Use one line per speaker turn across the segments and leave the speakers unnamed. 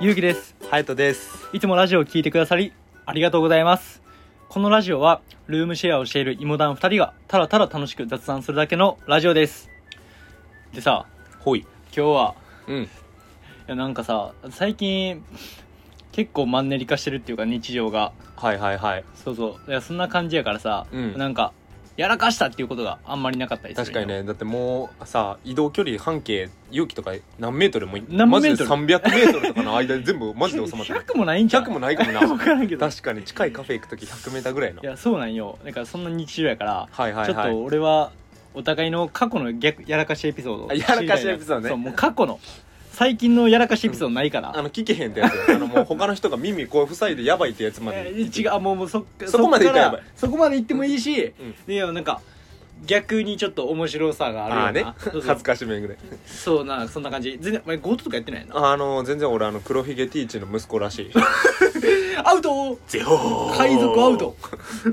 ゆうきです
ハヤトです。
いつもラジオを聞いてくださりありがとうございますこのラジオはルームシェアをしている芋団2人がただただ楽しく雑談するだけのラジオですでさ
ほい。
今日は
うん。
いやなんかさ最近結構マンネリ化してるっていうか日常が
はいはいはい。
そうそういやそんな感じやからさ、
うん
なんかやらかしたっていうことがあんまりなかったりする
確かに
よ
ね、だってもうさ、移動距離、半径、勇気とか何メートルもい、
何メートル
マジで300メートルとかの間で全 部マジで収まってる。
100もないんじゃん
100もない かもな
分からんけど
確かに近いカフェ行くとき100メーターぐらいの。
いやそうなんよだからそんな日常やから
はいはいは
ちょっと
い。
俺はお互いの過去の逆やらかしエピソードを
あやらかしエピソードね
そうもう過去の最近のやらかしエピソードない から、
あの、聞けへんってやつ。あの、もう他の人が耳こう塞いでやばいってやつま
え
で。
ー違うあもうもうそっか
そこまで
そっから
行ったらやば
そこまで行ってもいいし、
うん
でなんか逆にちょっと面白さがあるよ
あ
う
あね
な、そうそう
恥ずかしめぐらい。
そうなんかそんな感じ全然お前強盗とかやってないの
あの、全然俺、あの、黒ひげティーチの息子ら しい。
アウト
ゼオー
海賊アウトって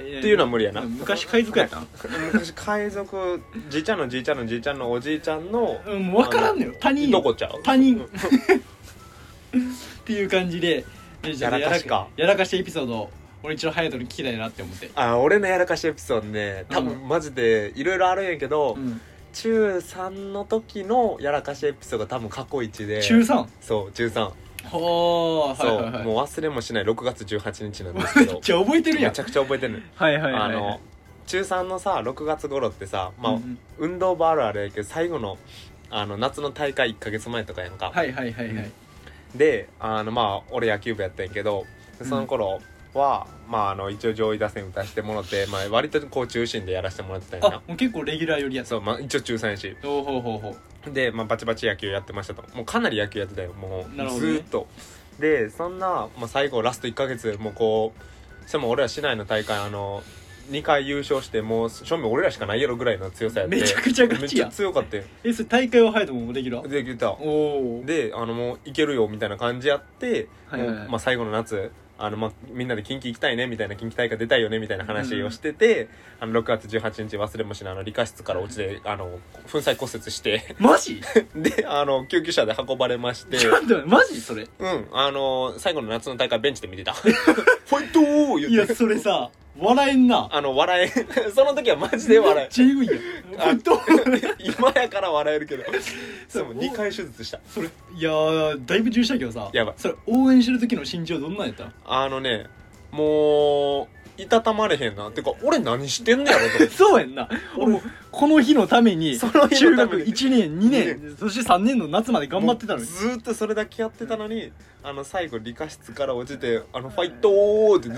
っ ていうのは無理やな
昔海賊やったん、
昔海賊じいちゃんのじいちゃんのじいちゃんのおじいちゃんの
うん、もう分からんのよ他人
どこちゃう
他人っていう感じでねちょっと
やらかしか
やらかしエピソードを俺一応隼人に聞きたいなって思って、
あ俺のやらかしエピソードね多分マジでいろいろあるんやけど、中3の時のやらかしエピソードが多分過去一で
中 3?
そう中3、
ほーはいはい
そ
は
う
い
もう忘れもしない6月18日なんですけ
めっ
ど
ちゃ覚えてるや
め
ん
ちゃくちゃ覚えてる
はいはい
あ
はいは
の
い
中3のさ6月頃ってさ、まあ
うんうん
運動場あるあるやけど最後のあの夏の大会1ヶ月前とかやんか、
はいはいはいはい
であのまあ俺野球部やったんやけどその頃は、まああの一応上位打線打たせてもらって、まあ、割とこう中心でやらせてもらってたんやな
あもう結構レギュラーよりやつ
そう、まあ、一応中3やし
ほうほうほうほう
で、まあ、バチバチ野球やってましたともうかなり野球やってたよもうず
なるほどね
ーっと、でそんな、まあ、最後ラスト1ヶ月もうこうしても俺ら市内の大会あの2回優勝してもう正面俺らしかないやろぐらいの強さやって
めちゃくちゃガチやん
めっちゃ強かったよ
えそれ大会は隼人もレギュラー
で言った
おお
であのもういけるよみたいな感じやって、
はいはいはい
もうまあ、最後の夏あの、まあ、みんなで近畿行きたいねみたいな近畿大会出たいよねみたいな話をしてて、あの6月18日忘れもしないあの理科室から落ちてあの粉砕骨折して
マジ
であの救急車で運ばれ まして
ちょっと待ってマジそれ
うんあの最後の夏の大会ベンチで見 てた「ファイト!」
いや
言って
それさ笑えんな
あの笑えその時はマジで笑え
チームいいや
あ
本当
今やから笑えるけどそう2回手術した
それいやーだいぶ重視だけどさ
やばい
それ応援してる時の心情どんなんやっ た
あのね、もう、いたたまれへんな。てか、俺何してんねやろと思って。
そうやんな俺もこの日のために
その日
中
のた
学
めに
1年2年そして3年の夏まで頑張ってたのに
もうずーっとそれだけやってたのに、あの、最後、理科室から落ちて、あの、ファイトーって、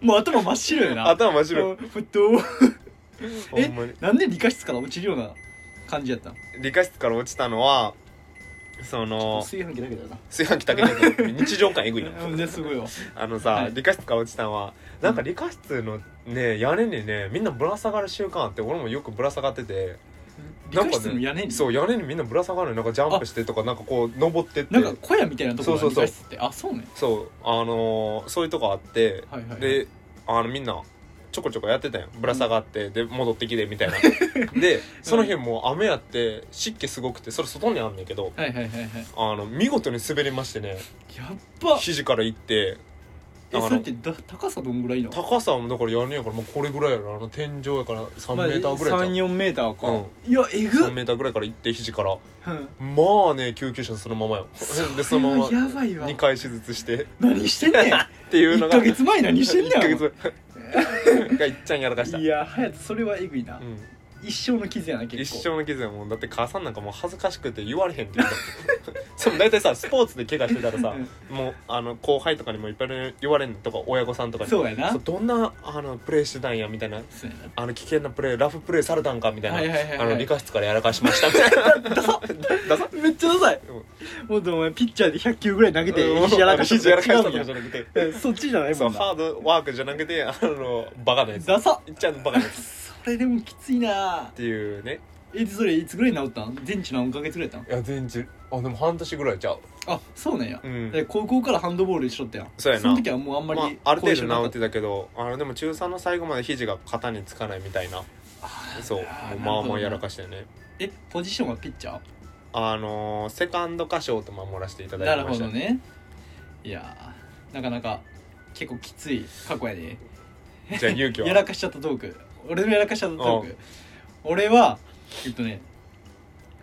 もう頭真っ白やな
頭真っ白い。
ふっと
ほんま
え
に。
なんで理科室から落ちるような感じやったの
理科室から落ちたのは、その、
炊飯器だけだよな
炊飯器だけじゃなくて日常感えぐいな。
うんねすごいわ
あのさ、
はい
理科室から落ちたのは、なんか理科室のね、屋根にね、みんなぶら下がる習慣あって、俺もよくぶら下がってて、
理科室の屋根に
そう、屋根にみんなぶら下がるのなんかジャンプしてとか、なんかこう、登ってって。
なんか小屋みたいなとこが
そう
理
そうそ
科室
う
ってあそうね
そうあのーそういうとこあって、
はいはいはい
であのみんなちょこちょこやってたよぶら下がって、で戻ってきてみたいな でその日もう雨やって湿気すごくてそれ外にあんねんけど
はいはいはいはい
あの見事に滑りましてね
やっば
肘から行って
え
あの
それってだ高さどんぐらいの
高さもだから屋根やからもうこれぐらいやろあの天井やから3メーターぐらいじ
34メーターか、
うん
いやえ
ゃ
ぐ
ん3メーターぐらいから行って肘から
っ
まあね救急車そのままよでそのまま
やばいわ
2回手術して
何してん ねん
って いうの
1
が
ヶ月前何してんねん
1ヶ月 がいっちゃんやらかした
いや隼人それはえぐいな、
うん
一生の傷やな結構
一生の傷やもんだって母さんなんかもう恥ずかしくて言われへん って言ったそう大体さスポーツで怪我してたらさもうあの後輩とかにもいっぱい言われんとか親御さんとかに
そうやな
そうどんなあのプレーしてたんやみたいな
そうやな
あの危険なプレーラフプレーされたんかみたいな、
はいはいはいはい
あの理科室からやらかしましたみたい なダサダサ
めっちゃダサいもっとお前ピッチャーで100球ぐらい投げて肘やらかし
肘やらかし
とか
とかじ
違
ゃなくて
うのそっちじゃない
そ
も
うん
な
ハードワークじゃなくてあのバカなやつ
ダサ
いっちゃんバカなやつっ
それでもきついな
ていうね
えそれいつぐらいに治ったん全治何ヶ月ぐらいやっ
いや全然あでも半年ぐらいちゃう
たんあそうなんや、
うん
え高校からハンドボールしとったやん
そうやな
その時はもうあんまり、
まあ、ある程
後遺症
度
なか
治
っ
ったてたけどあのでも中3の最後まで肘が肩につかないみたいなそう
あーなるほ
もうまあ
ど
まあ
ね
やらかしてね
えポジションはピッチャー
あのーセカンド歌唱と守らせていただ
ないる
てま
ほ
した
どねいやーなかなか結構きつい過去やで
じゃあ勇気は
やらかしちゃったトーク俺のやらかしちゃったトーク俺はえっとね、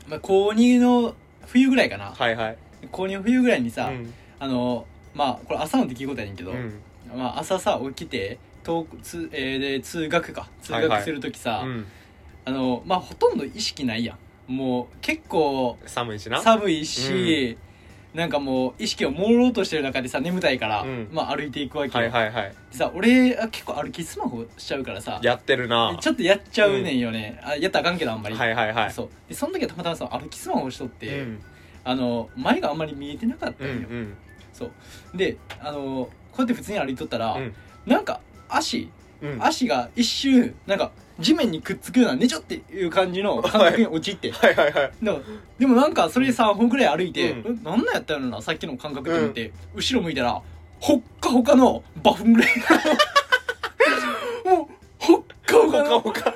まあ、高2の冬ぐらいかな、
はいはい
高2の冬ぐらいにさ、
うん
あのまあこれ朝の出来事やねんけど、
うん
まあ、朝さ起きて登校つ、えーで通学か通学する時さ、
うん
あのまあほとんど意識ないやんもう結構
寒いしな
寒いし、なんかもう意識を朦朧としてる中でさ眠たいから、
うん
まあ、歩いていくわけ
は
よ、
いはいはい
でさ俺は結構歩きスマホしちゃうからさ
やってるな
ちょっとやっちゃうねんよね、あやったらあかんけどあんまり、
はいはいはい
そうでその時はたまたまさ歩きスマホをしとって、
うん
あの前があんまり見えてなかった
うん
よ、
ん
そうであのこうやって普通に歩いとったら、
うん
なんか足
うんうん
足が一瞬なんか地面にくっつくようなねちょっていう感じの感覚に陥って、
はいはいはい
でもでもなんかそれ3歩ぐらい歩いて、
う
えなんなんやったんやろなさっきの感覚と思って、後ろ向いたらほっかほかのバフンぐらいもうほっかほか
ほか
の
ほか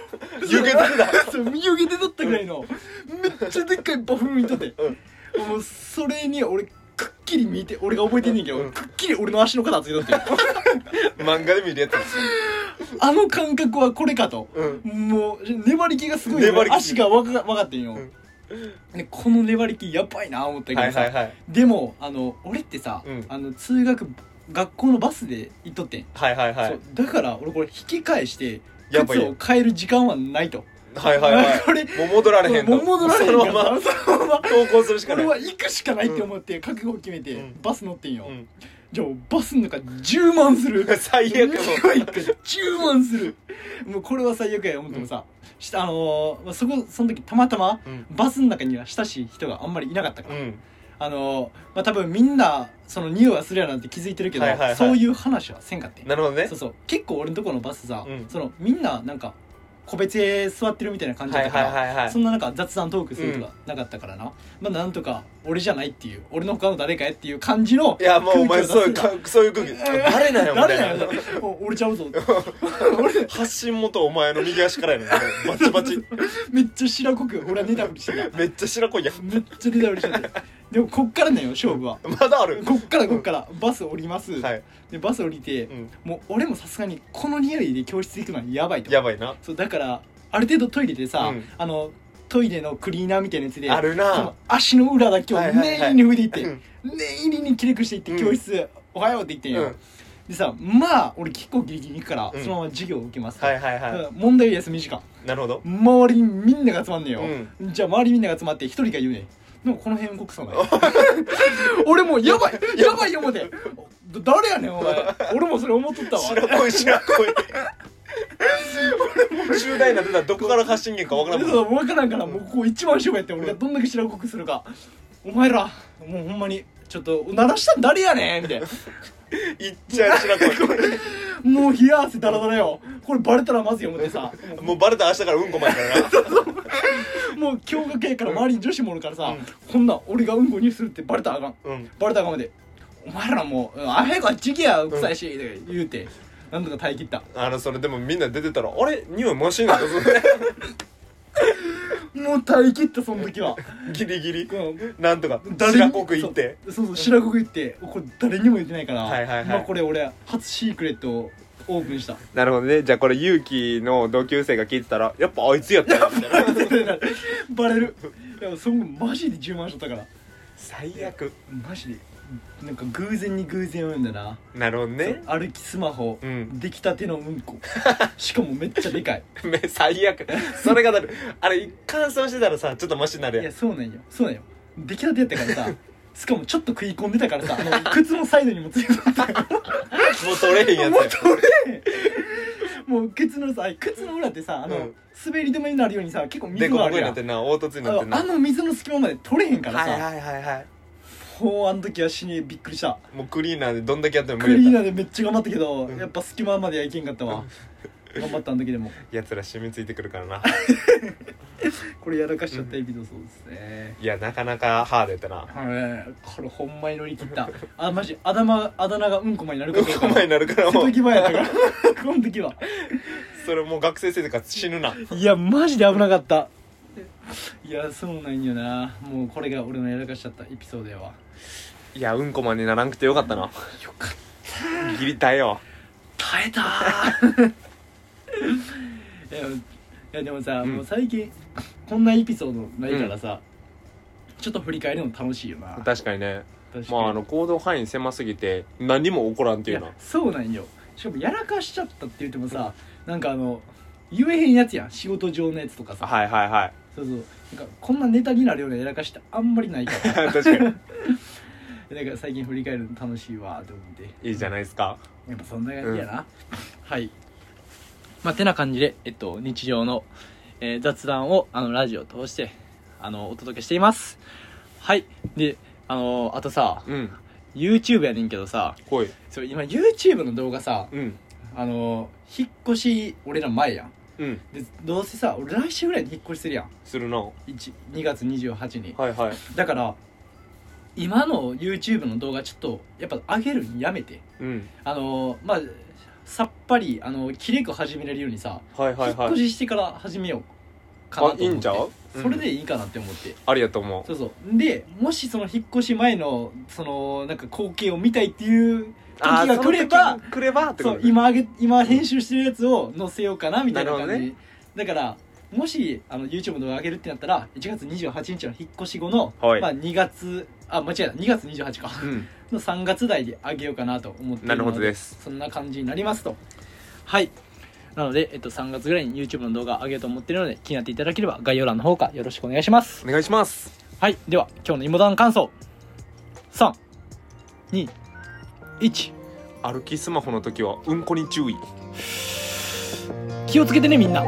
湯気出るだ
そう身をげてとったぐらいのめっちゃでっかいバフンいとって、もうそれに俺くっきり見て俺が覚えてんねんけど、
うん
くっきり俺の足の肩ついとって
漫画で見るやつ
あの感覚はこれかと
うん
も う粘り気がすごい
粘り気
足がわか分かってんよ、でこの粘り気やばいな思ったけどさ、
はいはいはい
でもあの俺ってさ、
うん
あの通学学校のバスで行っとってん、
はいはいは
そ
いう
だから俺これ引き返して
やっぱ
靴
り
を変える時間はないと
はいはいはい
これ
もう戻られへんと
もう戻られへん
その
か
まま
らそのまま
投稿するしかな
俺
い
は行くしかないって思って覚悟を決めて、
うん
バス乗ってんよ、
うん
じゃあバスの中10万する
最悪
ニューヨーク10万するもうこれは最悪や思ってもさ、したあのーまあそこその時たまたま
うん
バスの中には親しい人があんまりいなかったから、
うん
あのーまあ多分みんなその匂いはするやなんて気づいてるけど、
はいはいはい
そういう話はせんかってん
なるほどね
そうそう結構俺のところのバスさ、
うん
そのみんななんか個別へ座ってるみたいな感じだ
は
っ
い
たか
は
ら、
いはいはい
そんななんか雑談トークするとかなかったからな、まあなんとか俺じゃないっていう俺の他の誰かやっていう感じの
いやもうお前そういう
空気を
かそういう空気 誰なんやみ
出す誰だ
たいな
よお俺ちゃうぞ
発信元お前の右足からやねんバチバチ
めっちゃ白濃く俺はネタ振りしてた
めっちゃ白子や
めっちゃネタ振りしてたでもこっからなんよ勝負は
まだある
こっからこっからバス降ります、
はい
でバス降りて、
うん
もう俺もさすがにこの匂いで教室行くのはやばいと
やばいな
そうだからある程度トイレでさ、
うん
あのトイレのクリーナーみたいなやつで
ある
そ
な
の足の裏だけを
はいはいはい
念入りに拭いていって、
うん
念入りにキレイクしていって
うん
教室、おはようって言ってん
う
よ、
ん
でさまあ俺結構ギリギリ行くから、
うん
そのまま授業を受けます、
はいはい
だか
は
ら問題より休み時間
いなるほど
周りにみんなが集まんねんよ、じゃあ周りみんなが集まって一人が言うねんなんかこの辺動くそうなんや 俺もうやばいやばい思ってだ誰やねんお前俺もそれ思っとったわ
白子い白子い重大な出たらどこから発信源かわからんもん
そう分からんからもうここ一番勝負やって俺がどんだけ白濃くするかお前らもうほんまにちょっと鳴らしたん誰やねんみたいない
っちゃう白
もう冷や汗だらだらよこれバレたらまずい思ってさ
子もうバレたら明日からうんこ前からな
もう驚愕やから周りに女子もおるからさ、こんなん俺がうんこにするってバレたらあかん
うん
バレたらあかんまでお前らもううんあへこちぎや臭いし、とか言うてなんとか耐え切った
あのそれでもみんな出てたらあれ匂いマシになったぞ
もう耐え切ったその 時は、
ギリギリ
うん
なんとか
誰に
白子行って
そうそうそう白黒行ってこれ誰にも言ってないから、
はいはいはい
まあこれ俺初シークレットをオープンした
なるほどねじゃあこれ勇気の同級生が聞いてたらやっぱあいつやったよみたいな
バレるでもそんマジで10万しとったから
最悪
マジでなんか偶然に偶然を読んだな、
なるほどね
そう歩きスマホ、
うん
できたてのうん こしかもめっちゃでかい
め最悪それがだるあれ乾燥してたらさちょっとマシにな
い
るや
や
ん
そうなんよそうなんよできたてやったからさしかもちょっと食い込んでたからさあの靴のサイドにもついて た
もう取れへんやつ
もう
や
取れんもう靴のさ靴の裏ってさあの、
うん
滑り止めになるようにさ結構水
でこ
があ
ぼ
るや
こになっ
ん
てんな凹凸に
あ
なってん
の
な
あの水の隙間まで取れへんから
はい
さ
はいはいはい
もうあの時は死にびっくりした
もうクリーナーでどんだけやっても
ク
無
リー
理
ナ
やっ
ーでめっちゃ頑張ったけど、
ん
やっぱ隙間まではいけんかったわ、頑張ったんだけで も
たやつら染みついてくるからな
これやらかしちゃったエピソードですね、
いやなかなかハードやったな
はいこれほんまに乗り切ったあマジあだ名あだ名がうんこまになるか
うん
どう
こ
か
前になるから
瀬
もう
戸際やったから この時は
それもう学生生活死ぬない
やマジで危なかったいやそうなんよなもうこれが俺のやらかしちゃったエピソードやわ
いやうんこまでならんくてよかったな
よかっ
ギリだよ
た耐えたー いやいやでもさ、
うん
もう最近こんなエピソードないからさ、ちょっと振り返るの楽しいよな
確かにね
確か
まああの行動範囲狭すぎて何も起こらんっていうの
やそうなんよしかもやらかしちゃったって言ってもさなんかあの言えへんやつやん仕事上のやつとかさ
はいはいはい
そうそうなんかこんなネタになるようなやらかしってあんまりないから
確かに
だから最近振り返るの楽しいわって思って
いいじゃないですか
やっぱそんな感じやな、はいまあてな感じで、えっと、日常の、えー雑談をあのラジオを通してあのお届けしていますはいであのあとさ
うん
YouTube やねんけどさ
来い
そう今 YouTube の動画さ
うん
あの引っ越し俺ら前やん
うん
でどうせさ俺来週ぐらいに引っ越しするやん
するなは
1 2月28に
いはい
だから今の YouTube の動画ちょっとやっぱ上げるんやめて
うん
あのまあさっぱりあのきれく始めれるようにさ、
はいはいは
引っ
い
越ししてから始めようかなと思
あ
って
いいんちゃう
それ
い
で
い
いいかなって思って、
ありやと思
そうそうでもしその引っ越し前のそのなんか光景を見たいっていう
う
時が来れば
その時が来ればってこ
そ
と
う
ね
今上げ今編集してるやつを載せようかなみたいな感
なる
じ、
ほど
だからもしあの YouTube の動画上げるってなったら1月28日の引っ越し後の、
はい
まあ、2月あ間違えた2月28か
うん
の3月台で上げようかなと思ってい
なるほどですす
そんな感じになりますとはいなので、えっと、3月ぐらいに YouTube の動画上げようと思ってるので気になっていただければ概要欄の方からよろしくお願いします
お願いします
はいでは今日の芋団感想321
歩きスマホの時はうんこに注意
気をつけてねみんな